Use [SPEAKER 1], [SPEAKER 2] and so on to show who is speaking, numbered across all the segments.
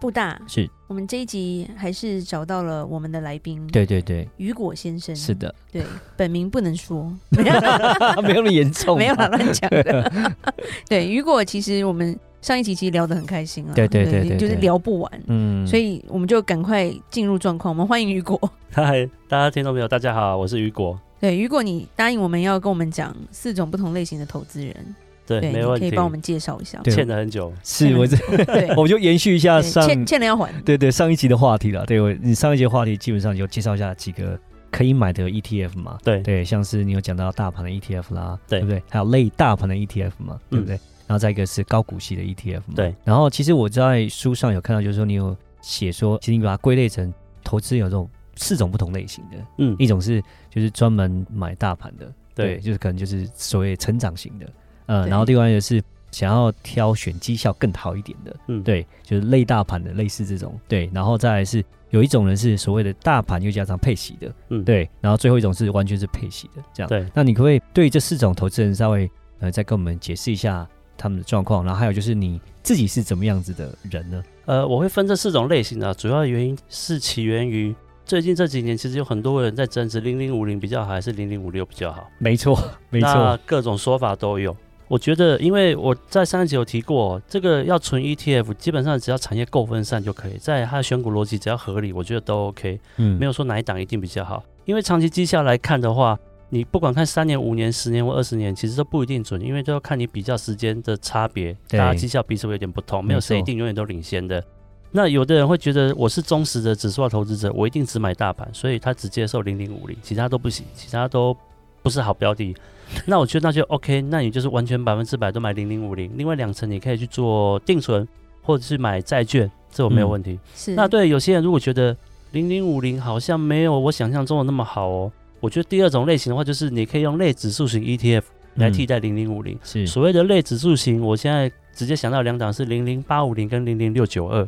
[SPEAKER 1] 布大，
[SPEAKER 2] 是
[SPEAKER 1] 我们这一集还是找到了我们的来宾，，
[SPEAKER 2] 对对对，
[SPEAKER 1] 雨果先生。
[SPEAKER 2] 是，的，
[SPEAKER 1] 对，本名不能说，
[SPEAKER 2] 没有那么严重，
[SPEAKER 1] 没有啦，。乱讲的。对，雨果其实我们上一集其实聊得很开心啊，
[SPEAKER 2] 对对对对
[SPEAKER 1] 就是
[SPEAKER 2] 对
[SPEAKER 1] 聊不完，
[SPEAKER 2] 嗯，
[SPEAKER 1] 所以我们就赶快进入状况。我们欢迎雨果。
[SPEAKER 3] 嗨，大家听众朋友，大家好，我是雨果。
[SPEAKER 1] 对，雨果，你答应我们要跟我们讲四种不同类型的投资人，
[SPEAKER 3] 对，
[SPEAKER 1] 对，
[SPEAKER 3] 没
[SPEAKER 1] 你
[SPEAKER 3] 问
[SPEAKER 1] 可以
[SPEAKER 3] 题。
[SPEAKER 1] 帮我们介绍一下。
[SPEAKER 2] 对
[SPEAKER 3] 欠了很久，
[SPEAKER 2] 是我这，
[SPEAKER 1] 对，
[SPEAKER 2] 我就延续一下
[SPEAKER 1] 嗯对
[SPEAKER 2] 上，
[SPEAKER 1] 欠欠了要还。
[SPEAKER 2] 对对上一集的话题了。对我，你上一集的话题基本上有介绍一下几个可以买的 ETF 嘛，
[SPEAKER 3] 对
[SPEAKER 2] 对，像是你有讲到大盘的 ETF 啦，
[SPEAKER 3] 嗯对
[SPEAKER 2] 不对？还有类大盘的 ETF 嘛，对不
[SPEAKER 3] 嗯
[SPEAKER 2] 对？然后再一个是高股息的 ETF 嘛，
[SPEAKER 3] 对。
[SPEAKER 2] 然后其实我在书上有看到，就是说你有写说，其实你把它归类成投资有这种四种不同类型的，
[SPEAKER 3] 嗯，
[SPEAKER 2] 一种是就是专门买大盘的，对，
[SPEAKER 3] 对
[SPEAKER 2] 就是可能就是所谓成长型的，呃，
[SPEAKER 1] 对
[SPEAKER 2] 然后另外一个是想要挑选绩效更好一点的，
[SPEAKER 3] 嗯，
[SPEAKER 2] 对，就是类大盘的类似这种，对，然后再来是有一种人是所谓的大盘又加上配息的，
[SPEAKER 3] 嗯，
[SPEAKER 2] 对，然后最后一种是完全是配息的，这样。
[SPEAKER 3] 对
[SPEAKER 2] 那你可不可以对这四种投资人稍微呃再跟我们解释一下他们的状况，然后还有就是你自己是怎么样子的人呢？
[SPEAKER 3] 呃，我会分这四种类型啊，主要原因是起源于最近这几年，其实有很多人在争执零零五零比较好还是零零五六比较好，
[SPEAKER 2] 没错，没
[SPEAKER 3] 那
[SPEAKER 2] 错，
[SPEAKER 3] 各种说法都有。我觉得，因为我在上一集有提过，这个要存 ETF，基本上只要产业够分散就可以，在它的选股逻辑只要合理，我觉得都 OK。
[SPEAKER 2] 嗯
[SPEAKER 3] 没有说哪一档一定比较好，因为长期绩效来看的话，你不管看三年、五年、十年或二十年，其实都不一定准，因为都要看你比较时间的差别，
[SPEAKER 2] 对
[SPEAKER 3] 大家绩效彼此会有点不同，没有谁
[SPEAKER 2] 没错
[SPEAKER 3] 一定永远都领先的。那有的人会觉得我是忠实的指数化投资者，我一定只买大盘，所以他只接受零零五零，其他都不行，其他都不是好标的。 那我觉得那就 OK，那你就是完全百分之百都买零零五零，另外两成你可以去做定存或者是买债券，这我没有
[SPEAKER 2] 嗯
[SPEAKER 3] 问题。
[SPEAKER 1] 是，
[SPEAKER 3] 那对有些人如果觉得零零五零好像没有我想象中的那么好哦，我觉得第二种类型的话，就是你可以用类指数型 ETF 来替代零零五零。
[SPEAKER 2] 嗯 是
[SPEAKER 3] 所谓的类指数型，我现在直接想到两档是零零八五零跟零零六九二。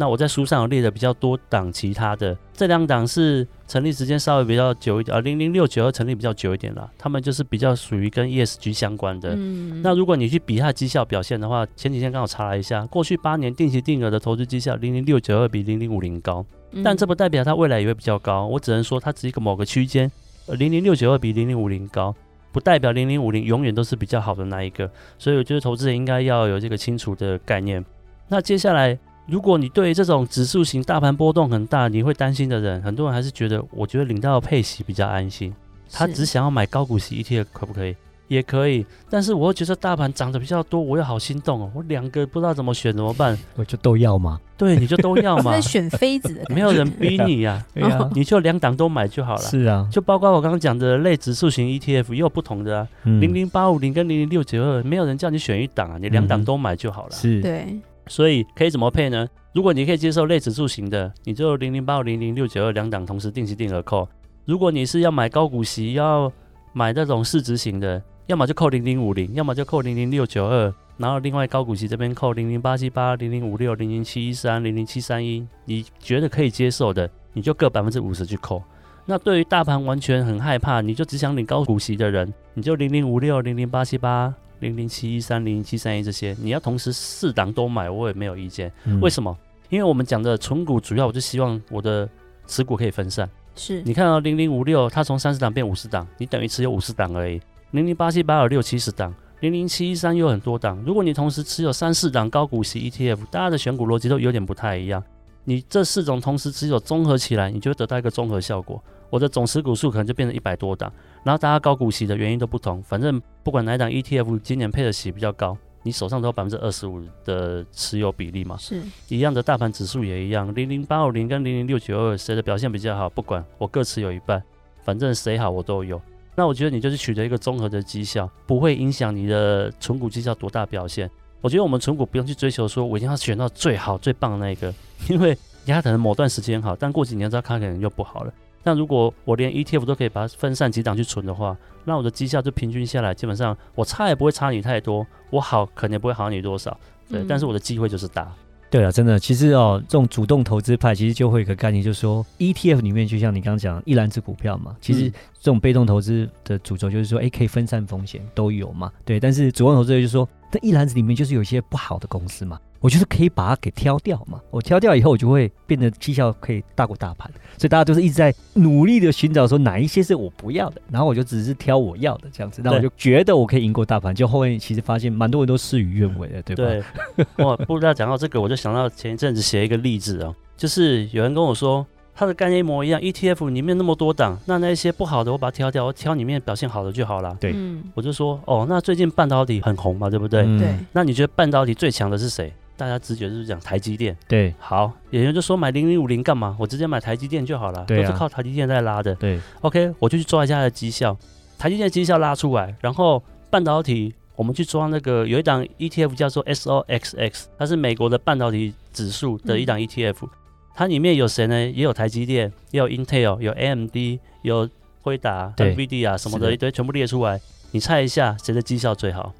[SPEAKER 3] 那我在书上有列的比较多档，其他的这两档是成立时间稍微比较久一点，呃，零零六九二成立比较久一点啦，他们就是比较属于跟 ESG 相关的。
[SPEAKER 1] 嗯
[SPEAKER 3] 那如果你去比它绩效表现的话，前几天刚好查了一下，过去八年定期定额的投资绩效零零六九二比零零五零高，
[SPEAKER 1] 嗯
[SPEAKER 3] 但这不代表它未来也会比较高。我只能说它只是一个某个区间，呃零零六九二比零零五零高，不代表零零五零永远都是比较好的那一个。所以我觉得投资人应该要有这个清楚的概念。那接下来，如果你对于这种指数型大盘波动很大，你会担心的人，很多人还是觉得，我觉得领到配息比较安心。他只想要买高股息 ETF 可不可以？也可以，但是我又觉得大盘涨得比较多，我又好心动哦，我两个不知道怎么选怎么办？
[SPEAKER 2] 我就都要嘛，
[SPEAKER 3] 对，你就都要
[SPEAKER 1] 我
[SPEAKER 3] 嘛
[SPEAKER 1] 哦在，选妃子的感觉，
[SPEAKER 3] 没有人逼你呀、
[SPEAKER 2] 对 啊，
[SPEAKER 3] 你就两档都买就好了。
[SPEAKER 2] 是啊，
[SPEAKER 3] 就包括我刚刚讲的类指数型 ETF 也有不同的啊，
[SPEAKER 2] 嗯
[SPEAKER 3] 零零八五零跟零零六九二，没有人叫你选一档啊，你两
[SPEAKER 2] 嗯
[SPEAKER 3] 档都买就好了。
[SPEAKER 2] 是，
[SPEAKER 1] 对，
[SPEAKER 3] 所以可以怎么配呢？如果你可以接受类指数型的，你就零零八零零六九二两档同时定期定额扣；如果你是要买高股息，要买那种市值型的，要么就扣零零五零，要么就扣零零六九二，然后另外高股息这边扣零零八七八、零零五六、零零七一三、零零七三一，你觉得可以接受的，你就各百分之五十去扣。那对于大盘完全很害怕，你就只想领高股息的人，你就零零五六、零零八七八、零零七一三、零零七三一这些，你要同时四档都买，我也没有意见。
[SPEAKER 2] 嗯
[SPEAKER 3] 为什么？因为我们讲的纯股，主要我就希望我的持股可以分散。
[SPEAKER 1] 是
[SPEAKER 3] 你看到零零五六，它从三十档变五十档，你等于持有五十档而已。零零八七八有六七十档，零零七一三有很多档。如果你同时持有三四档高股息 ETF，大家的选股逻辑都有点不太一样。你这四种同时持有综合起来，你就会得到一个综合效果。我的总持股数可能就变成一百多档，然后大家高股息的原因都不同，反正不管哪一档 ETF 今年配的息比较高，你手上都有百分之二十五的持有比例嘛，
[SPEAKER 1] 是
[SPEAKER 3] 一样的大盘指数也一样，零零八五零跟零零六九二谁的表现比较好，不管我各持有一半，反正谁好我都有。那我觉得你就是取得一个综合的绩效，不会影响你的存股绩效多大表现。我觉得我们存股不用去追求说我一定要选到最好最棒的那一个， 因为它可能某段时间 E 好，但过几年之后它可能又不好了。但如果我连 ETF 都可以把它分散几档去存的话，那我的绩效就平均下来，基本上我差也不会差你太多，我好肯定不会好你多少，对，
[SPEAKER 1] 嗯
[SPEAKER 3] 但是我的机会就是大，
[SPEAKER 2] 对了，真的，其实哦，这种主动投资派其实就会有一个概念，就是说 ETF 里面，就像你刚刚讲一篮子股票嘛，其实
[SPEAKER 3] 嗯
[SPEAKER 2] 这种被动投资的主轴就是说，哎，可以分散风险，都有嘛。对，但是主动投资就是说，那一篮子里面就是有一些不好的公司嘛，我就是可以把它给挑掉嘛。我挑掉以后，我就会变得绩效可以大过大盘，所以大家都是一直在努力的寻找说哪一些是我不要的，然后我就只是挑我要的这样子，那我就觉得我可以赢过大盘，就后面其实发现蛮多人都事与愿违的，对吧？
[SPEAKER 3] 对，哇，不知道讲到这个，我就想到前一阵子写一个例子啊，就是有人跟我说，他的概念一模一样，ETF 里面那么多档，那那一些不好的我把它挑掉，我挑里面表现好的就好了。
[SPEAKER 2] 对
[SPEAKER 1] 嗯，
[SPEAKER 3] 我就说，哦，那最近半导体很红嘛，对不对？
[SPEAKER 2] 嗯
[SPEAKER 1] 对，
[SPEAKER 3] 那你觉得半导体最强的是谁？大家直觉就是讲台积电。
[SPEAKER 2] 对
[SPEAKER 3] 好，有人就说买零零五零干嘛？我直接买台积电就好了，
[SPEAKER 2] 对啊
[SPEAKER 3] 都是靠台积电在拉的。
[SPEAKER 2] 对
[SPEAKER 3] OK，我就去抓一下它的绩效，台积电的绩效拉出来，然后半导体我们去抓那个有一档 ETF 叫做 SOXX，它是美国的半导体指数的
[SPEAKER 2] 嗯
[SPEAKER 3] 一档 ETF，、它里面有谁呢？也有台积电，也有 Intel，有 AMD，有辉达、
[SPEAKER 2] 对
[SPEAKER 3] NVIDIA 什么
[SPEAKER 2] 是
[SPEAKER 3] 的
[SPEAKER 2] 的
[SPEAKER 3] 一堆，全部列出来，你猜一下谁的绩效最好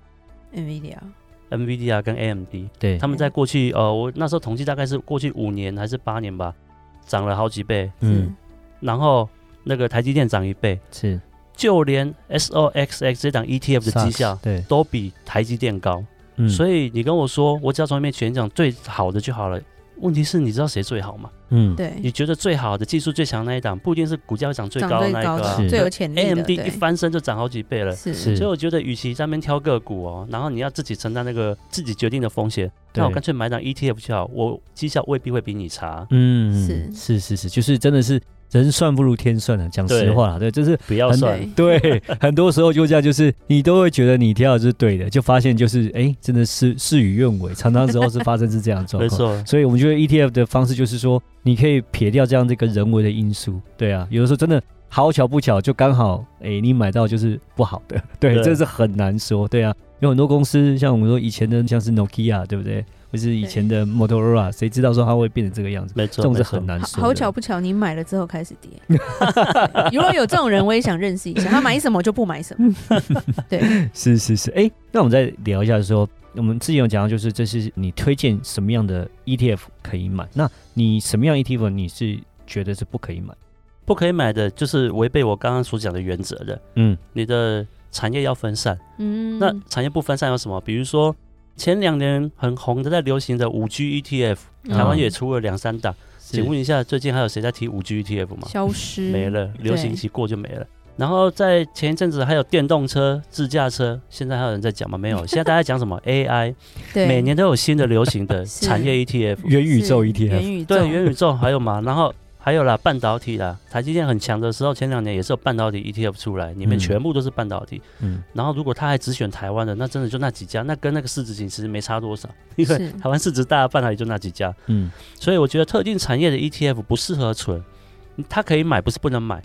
[SPEAKER 1] NVIDIA，
[SPEAKER 3] ？NVIDIA 跟 AMD，
[SPEAKER 2] 对
[SPEAKER 3] 他们在过去呃，我那时候统计大概是过去五年还是八年吧，涨了好几倍，
[SPEAKER 2] 嗯，
[SPEAKER 3] 然后那个台积电涨一倍。
[SPEAKER 2] 是
[SPEAKER 3] 就连 SOXX 这档 ETF 的绩效
[SPEAKER 2] 对，
[SPEAKER 3] 都比台积电高，
[SPEAKER 2] 嗯
[SPEAKER 3] 所以你跟我说我只要从里面选一档最好的就好了。问题是你知道谁最好吗？
[SPEAKER 2] 嗯，
[SPEAKER 1] 对，
[SPEAKER 3] 你觉得最好的技术最强那一档，不一定是股价涨最
[SPEAKER 1] 长
[SPEAKER 3] 高的
[SPEAKER 1] 最
[SPEAKER 3] 那一
[SPEAKER 1] 高
[SPEAKER 3] 个、啊
[SPEAKER 2] 是。
[SPEAKER 1] 的、最有潜力的
[SPEAKER 3] AMD
[SPEAKER 1] 对
[SPEAKER 3] 一翻身就涨好几倍了，
[SPEAKER 1] 是
[SPEAKER 2] 是
[SPEAKER 3] 所以我觉得，与其在那边挑个股哦，然后你要自己承担那个自己决定的风险，
[SPEAKER 2] 对
[SPEAKER 3] 那我干脆买档 ETF 就好，我绩效未必会比你差。
[SPEAKER 2] 嗯，是是是，就是真的是人算不如天算啊，讲实
[SPEAKER 3] 对
[SPEAKER 2] 话啦，对，就是
[SPEAKER 3] 不要
[SPEAKER 2] 很
[SPEAKER 3] 算，
[SPEAKER 2] 对，很多时候就这样，就是你都会觉得你挑的是对的，就发现就是哎，真的是事与愿违，常常时候是发生是这样的状
[SPEAKER 3] 没
[SPEAKER 2] 况。
[SPEAKER 3] 错，
[SPEAKER 2] 所以我们觉得 ETF 的方式就是说，你可以撇掉这样这个人为的因素，对啊，有的时候真的好巧不巧，就刚好哎，你买到就是不好的， 对，
[SPEAKER 3] 对
[SPEAKER 2] 这是很难说，对啊，有很多公司像我们说以前的像是 Nokia，对不对？或是以前的 Motorola，谁知道说它会变成这个样子？
[SPEAKER 3] 没
[SPEAKER 2] 这
[SPEAKER 3] 错，
[SPEAKER 2] 种是
[SPEAKER 3] 没错
[SPEAKER 2] 啊很难
[SPEAKER 1] 好
[SPEAKER 2] 说的。
[SPEAKER 1] 好巧不巧，你买了之后开始 跌。对如果有这种人，我也想认识一下，他买什么我就不买什么。
[SPEAKER 2] 是是是，哎、那我们再聊一下说我们之前有讲到，就是这是你推荐什么样的 ETF 可以买？那你什么样 ETF 你是觉得是不可以买？
[SPEAKER 3] 不可以买的就是违背我刚刚所讲的原则的。
[SPEAKER 2] 嗯，
[SPEAKER 3] 你的产业要分散。
[SPEAKER 1] 嗯，
[SPEAKER 3] 那产业不分散有什么？比如说前两年很红的、在流行的五 G ETF，台湾
[SPEAKER 2] 嗯
[SPEAKER 3] 也出了两三档。请问一下，最近还有谁在提五 G ETF 吗？
[SPEAKER 1] 消失
[SPEAKER 3] 没了，流行期过就没了。然后在前一阵子还有电动车、自驾车，现在还有人在讲吗？没有，现在大家讲什么 AI，
[SPEAKER 1] 对，
[SPEAKER 3] 每年都有新的流行 的
[SPEAKER 1] 是
[SPEAKER 3] 产业 ETF，
[SPEAKER 2] 元宇宙 E
[SPEAKER 1] 是
[SPEAKER 2] ETF，
[SPEAKER 1] 元宇宙
[SPEAKER 3] E 对，元宇宙还有嘛？然后还有啦，半导体啦，台积电很强的时候，前两年也是有半导体 ETF 出来，里面
[SPEAKER 2] 嗯
[SPEAKER 3] 全部都是半导体。
[SPEAKER 2] 嗯，
[SPEAKER 3] 然后如果他还只选台湾的，那真的就那几家，那跟那个市值型其实没差多少，因为
[SPEAKER 1] 是
[SPEAKER 3] 台湾市值大，半导体就那几家，
[SPEAKER 2] 嗯，
[SPEAKER 3] 所以我觉得特定产业的 ETF 不适合存，它可以买，不是不能买。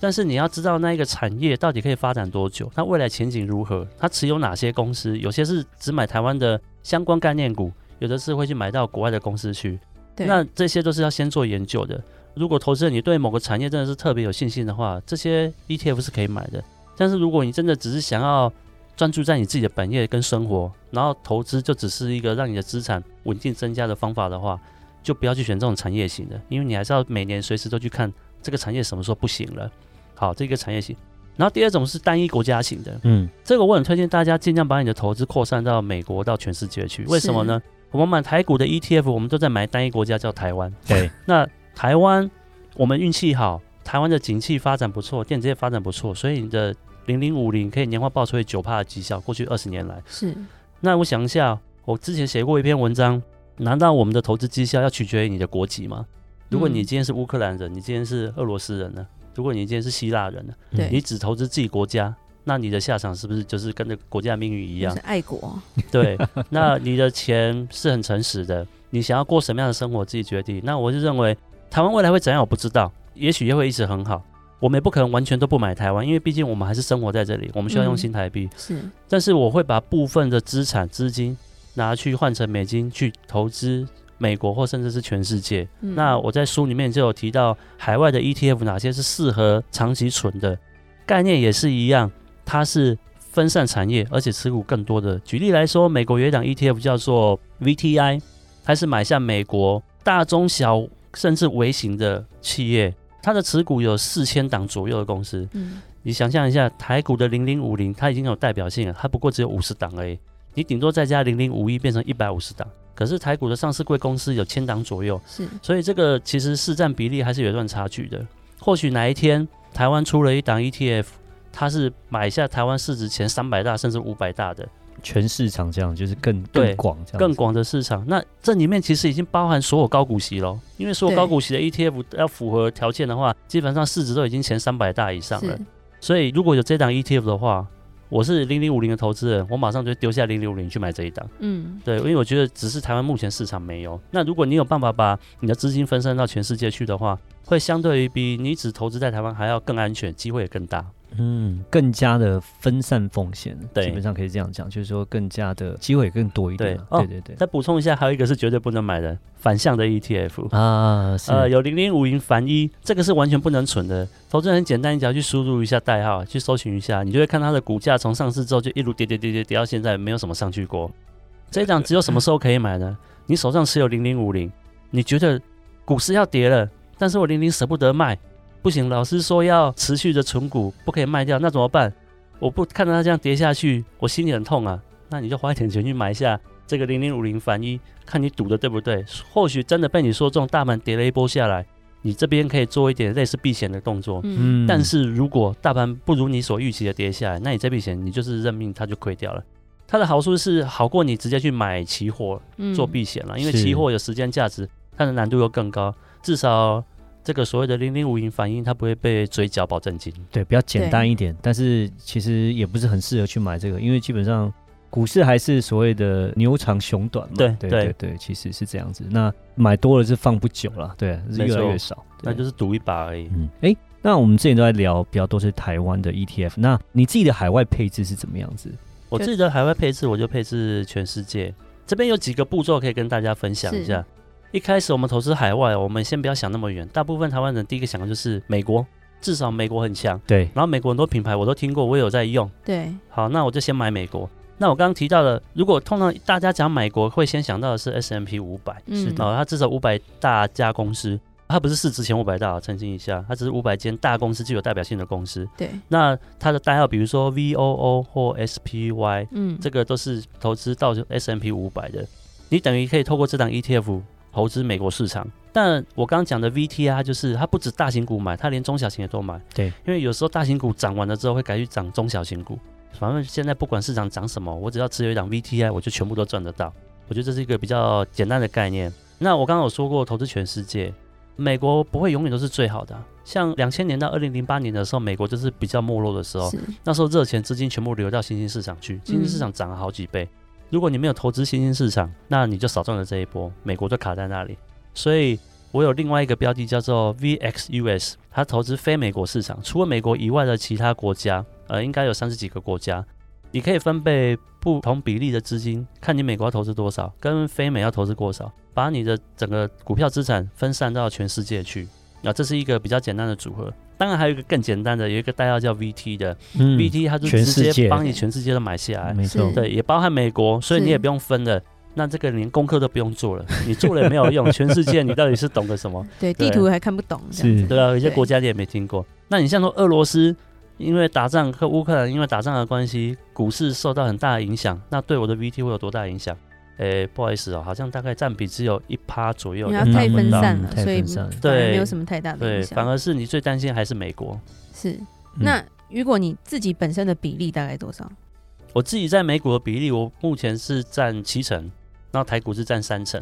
[SPEAKER 3] 但是你要知道那一个产业到底可以发展多久，它未来前景如何，它持有哪些公司，有些是只买台湾的相关概念股，有的是会去买到国外的公司去，
[SPEAKER 1] 对
[SPEAKER 3] 那这些都是要先做研究的。如果投资人你对某个产业真的是特别有信心的话，这些 ETF 是可以买的。但是如果你真的只是想要专注在你自己的本业跟生活，然后投资就只是一个让你的资产稳定增加的方法的话，就不要去选这种产业型的，因为你还是要每年随时都去看这个产业什么时候不行了。好，这个产业型。然后第二种是单一国家型的，
[SPEAKER 2] 嗯，
[SPEAKER 3] 这个我很推荐大家尽量把你的投资扩散到美国到全世界去。为什么呢？我们买台股的 ETF，我们都在买单一国家叫台湾。
[SPEAKER 2] 对，
[SPEAKER 3] 那台湾我们运气好，台湾的景气发展不错，电子业发展不错，所以你的零零五零可以年化报酬率九帕的绩效，过去二十年来。
[SPEAKER 1] 是
[SPEAKER 3] 那我想一下，我之前写过一篇文章，难道我们的投资绩效要取决于你的国籍吗？如果你
[SPEAKER 1] 嗯
[SPEAKER 3] 今天是乌克兰人，你今天是俄罗斯人呢？如果你今天是希腊人呢？
[SPEAKER 1] 对
[SPEAKER 3] 你只投资自己国家，那你的下场是不是就是跟那个国家的命运一
[SPEAKER 1] 就
[SPEAKER 3] 样
[SPEAKER 1] 是？爱国，
[SPEAKER 3] 对，那你的钱是很诚实的，你想要过什么样的生活自己决定。那我就认为台湾未来会怎样，我不知道，也许也会一直很好。我们也不可能完全都不买台湾，因为毕竟我们还是生活在这里，我们需要用
[SPEAKER 1] 嗯
[SPEAKER 3] 新台币。
[SPEAKER 1] 是
[SPEAKER 3] 但是我会把部分的资产资金拿去换成美金去投资美国或甚至是全世界。
[SPEAKER 1] 嗯
[SPEAKER 3] 那我在书里面就有提 E 到海外的 ETF 哪些是适合长期存的，概念也是一样。它是分散产业，而且持股更多的。举例来说，美国有一档 ETF 叫做 VTI，它是买下美国大中小甚至微型的企业，它的持股有四千档左右的公司。
[SPEAKER 1] 嗯，
[SPEAKER 3] 你想象一下，台股的零零五零，它已经有代表性了，它不过只有五十档而已。你顶多再加零零五一，变成一百五十档。可是台股的上市贵公司有千档左右，
[SPEAKER 1] 是
[SPEAKER 3] 所以这个其实市占比例还是有一段差距的。或许哪一天台湾出了一档 ETF，它是买下台湾市值前三百大甚至五百大的
[SPEAKER 2] 全市场这样就是更
[SPEAKER 3] 对
[SPEAKER 2] 更广这样，
[SPEAKER 3] 更。广的市场，那这里面其实已经包含所有高股息咯，因为所有
[SPEAKER 1] 对
[SPEAKER 3] 高股息的 ETF 要符合条件的话，基本上市值都已经前三百大以上了
[SPEAKER 1] 是。，
[SPEAKER 3] 所以如果有这档 ETF 的话，我是零零五零的投资人，我马上就丢下零零五零去买这一档。
[SPEAKER 1] 嗯，
[SPEAKER 3] 对，因为我觉得只是台湾目前市场没有。那如果你有办法把你的资金分散到全世界去的话，会相对于比你只投资在台湾还要更安全，机会也更大。
[SPEAKER 2] 嗯，更加的分散风险，
[SPEAKER 3] 对
[SPEAKER 2] 基本上可以这样讲，就是说更加的机会也更多一点啊。
[SPEAKER 3] 对哦
[SPEAKER 2] 对对
[SPEAKER 3] 再补充一下，还有一个是绝对不能买的反向的 ETF。
[SPEAKER 2] 对，啊，是，
[SPEAKER 3] 呃，有零零五零凡一，这个是完全不能存的。投资人很简单，你只要去输入一下代号，去搜寻一下，你就会看它的股价从上市之后就一路跌跌跌跌跌到现在，没有什么上去过。这一档只有什么时候可以买呢？你手上持有零零五零，你觉得股市要跌了，但是我零零舍不得卖，不行，老师说要持续的存股，不可以卖掉，那怎么办？我不看到它这样跌下去，我心里很痛啊。那你就花一点钱去买一下这个零零五零反一，看你赌的对不对。或许真的被你说中，大盘跌了一波下来，你这边可以做一点类似避险的动作。
[SPEAKER 1] 嗯，
[SPEAKER 3] 但是如果大盘不如你所预期的跌下来，那你这笔钱你就是认命，它就亏掉了。它的好处是好过你直接去买期货
[SPEAKER 1] 嗯
[SPEAKER 3] 做避险了，因为
[SPEAKER 2] 是
[SPEAKER 3] 期货有时间价值，它的难度又更高，至少。这个所谓的零零五零反应，它不会被追缴保证金。
[SPEAKER 2] 对，比较简
[SPEAKER 1] 对
[SPEAKER 2] 单一点，但是其实也不是很适合去买这个，因为基本上股市还是所谓的牛长熊短嘛。
[SPEAKER 3] 对
[SPEAKER 2] 对
[SPEAKER 3] 对
[SPEAKER 2] 对对，其实是这样子。那买多了是放不久了，对，啊是
[SPEAKER 3] 没
[SPEAKER 2] 越
[SPEAKER 3] 错
[SPEAKER 2] 来越少。对
[SPEAKER 3] 那
[SPEAKER 2] 啊
[SPEAKER 3] 就是赌一把而已。
[SPEAKER 2] 嗯，哎，那我们之前都在聊比较多是台湾的 ETF，那你自己的海外配置是怎么样子？
[SPEAKER 3] 我
[SPEAKER 1] 就
[SPEAKER 3] 自己的海外配置，我就配置全世界。这边有几个步骤可以跟大家分享一下
[SPEAKER 1] 是。
[SPEAKER 3] 一开始我们投资海外，我们先不要想那么远。大部分台湾人第一个想的就是美国，至少美国很强。
[SPEAKER 2] 对，
[SPEAKER 3] 然后美国很多品牌我都听过，我也有在用。
[SPEAKER 1] 对，
[SPEAKER 3] 好，那我就先买美国。那我刚刚提到了，如果通常大家讲美国，会先想到的是 S M P 五百，
[SPEAKER 1] 嗯是的
[SPEAKER 3] 哦，它至少五百大家公司，它不是市值前五百大，澄清一下，它只是五百间大公司具有代表性的公司。
[SPEAKER 1] 对，
[SPEAKER 3] 那它的代号，比如说 VOO 或 SPY，
[SPEAKER 1] 嗯，
[SPEAKER 3] 这个都是投资到 S M P 五百的，你等于可以透过这档 E T F 投资美国市场。但我刚刚讲的 V T R 就是它不止大型股买，它连中小型也都买。
[SPEAKER 2] 对，
[SPEAKER 3] 因为有时候大型股涨完了之后会改去涨中小型股，反正现在不管市场涨什么，我只要持有一档 V T I，我就全部都赚得到。我觉得这是一个比较简单的概念。那我刚刚有说过，投资全世界，美国不会永远都是最好的啊、像两千年到二零零八年的时候，美国就是比较没落的时候，
[SPEAKER 1] 是
[SPEAKER 3] 那时候热钱资金全部流到新兴市场去，新兴市场涨了好几倍。如果你没有投资新兴市场，那你就少赚了这一波，美国就卡在那里。所以我有另外一个标的叫做 VXUS，它投资非美国市场，除了美国以外的其他国家，呃，应该有三十几个国家。你可以分配不同比例的资金，看你美国要投资多少，跟非美要投资多少，把你的整个股票资产分散到全世界去。啊，这是一个比较简单的组合。当然还有一个更简单的，有一个代号叫 VT 的，
[SPEAKER 2] 嗯
[SPEAKER 3] VT 它就
[SPEAKER 2] 全世
[SPEAKER 3] 直接
[SPEAKER 2] 界嗯
[SPEAKER 3] 帮你全世界都买下来，
[SPEAKER 2] 没错
[SPEAKER 1] 是，
[SPEAKER 3] 对，也包含美国，所以你也
[SPEAKER 1] 是
[SPEAKER 3] 不用分了。那这个连功课都不用做了，你做了也没有用。 全世界你到底是懂个什么？
[SPEAKER 1] 对，地图还看不懂，这样
[SPEAKER 2] 是
[SPEAKER 1] 子
[SPEAKER 3] 对啊，有些国
[SPEAKER 1] 对
[SPEAKER 3] 家你也没听过。那你像说俄罗斯，因为打仗和乌克兰因为打仗的关系，股市受到很大的影响，那对我的 VT 会有多大影响？诶，不好意思哦，好像大概占比只有一趴左右
[SPEAKER 1] 因为，它
[SPEAKER 2] 嗯
[SPEAKER 1] 太分散
[SPEAKER 2] 嗯
[SPEAKER 1] 了，
[SPEAKER 2] 太
[SPEAKER 1] 所以
[SPEAKER 2] 分散了
[SPEAKER 1] 反而
[SPEAKER 3] 对
[SPEAKER 1] 没有什么太大的
[SPEAKER 3] 对，
[SPEAKER 1] 影
[SPEAKER 3] 反
[SPEAKER 1] 响。
[SPEAKER 3] 而是你最担心还是美国。
[SPEAKER 1] 是
[SPEAKER 2] 嗯
[SPEAKER 1] 那如果你自己本身的比例大概多少？
[SPEAKER 3] 我自己在美股的比例，我目前是占七成，然后台股是占三成，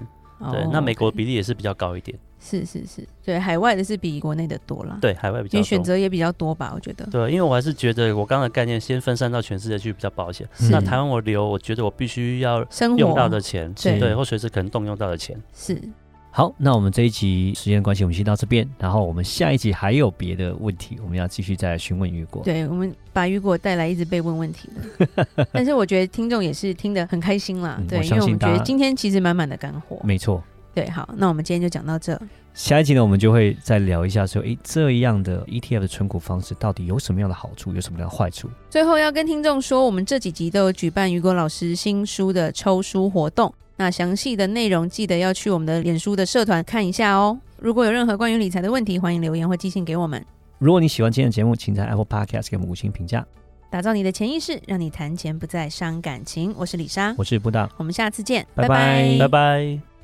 [SPEAKER 3] 对，
[SPEAKER 1] 哦
[SPEAKER 3] 那美国
[SPEAKER 1] OK
[SPEAKER 3] 比例也是比较高一点。
[SPEAKER 1] 是是是，对，海外的是比国内的多啦，
[SPEAKER 3] 对，海外比
[SPEAKER 1] 嗯因
[SPEAKER 3] 较
[SPEAKER 1] 为
[SPEAKER 3] 多。
[SPEAKER 1] 选择也比较多吧，我觉得。
[SPEAKER 3] 对，因为我还是觉得我刚刚的概念先分散到全世界去比较保险。
[SPEAKER 2] 是
[SPEAKER 3] 那台湾我留，我觉得我必须要
[SPEAKER 1] 生活
[SPEAKER 3] 用到的钱，
[SPEAKER 1] 对
[SPEAKER 3] 对，或随时可能动用到的钱。
[SPEAKER 1] 是
[SPEAKER 2] 好，那我们这一集时间关系，我们先到这边。然后我们下一集还有别的问题，我们要继续再询问雨果。
[SPEAKER 1] 对，我们把雨果带来一直被问问题 的，但是我觉得听众也是听得很开心啦
[SPEAKER 2] 嗯，我
[SPEAKER 1] 对，因
[SPEAKER 2] 相
[SPEAKER 1] 为我
[SPEAKER 2] 信
[SPEAKER 1] 们觉
[SPEAKER 2] 大
[SPEAKER 1] 得
[SPEAKER 2] 家
[SPEAKER 1] 今天其实满满的干货，
[SPEAKER 2] 没错，
[SPEAKER 1] 对，好，那我们今天就讲到这。
[SPEAKER 2] 下一集呢，我们就会再聊一下说，诶，这样的 ETF 的存股方式到底有什么样的好处，有什么样的坏处？
[SPEAKER 1] 最后要跟听众说，我们这几集都有举办雨果老师新书的抽书活动，那详细的内容记得要去我们的脸书的社团看一下哦。如果有任何关于理财的问题，欢迎留言或寄信给我们。
[SPEAKER 2] 如果你喜欢今天的节目，请在 Apple Podcast 给我们五星评价。
[SPEAKER 1] 打造你的潜意识，让你谈钱不再伤感情。我是李莎，
[SPEAKER 2] 我是布大，
[SPEAKER 1] 我们下次见，
[SPEAKER 2] 拜拜
[SPEAKER 3] 拜拜。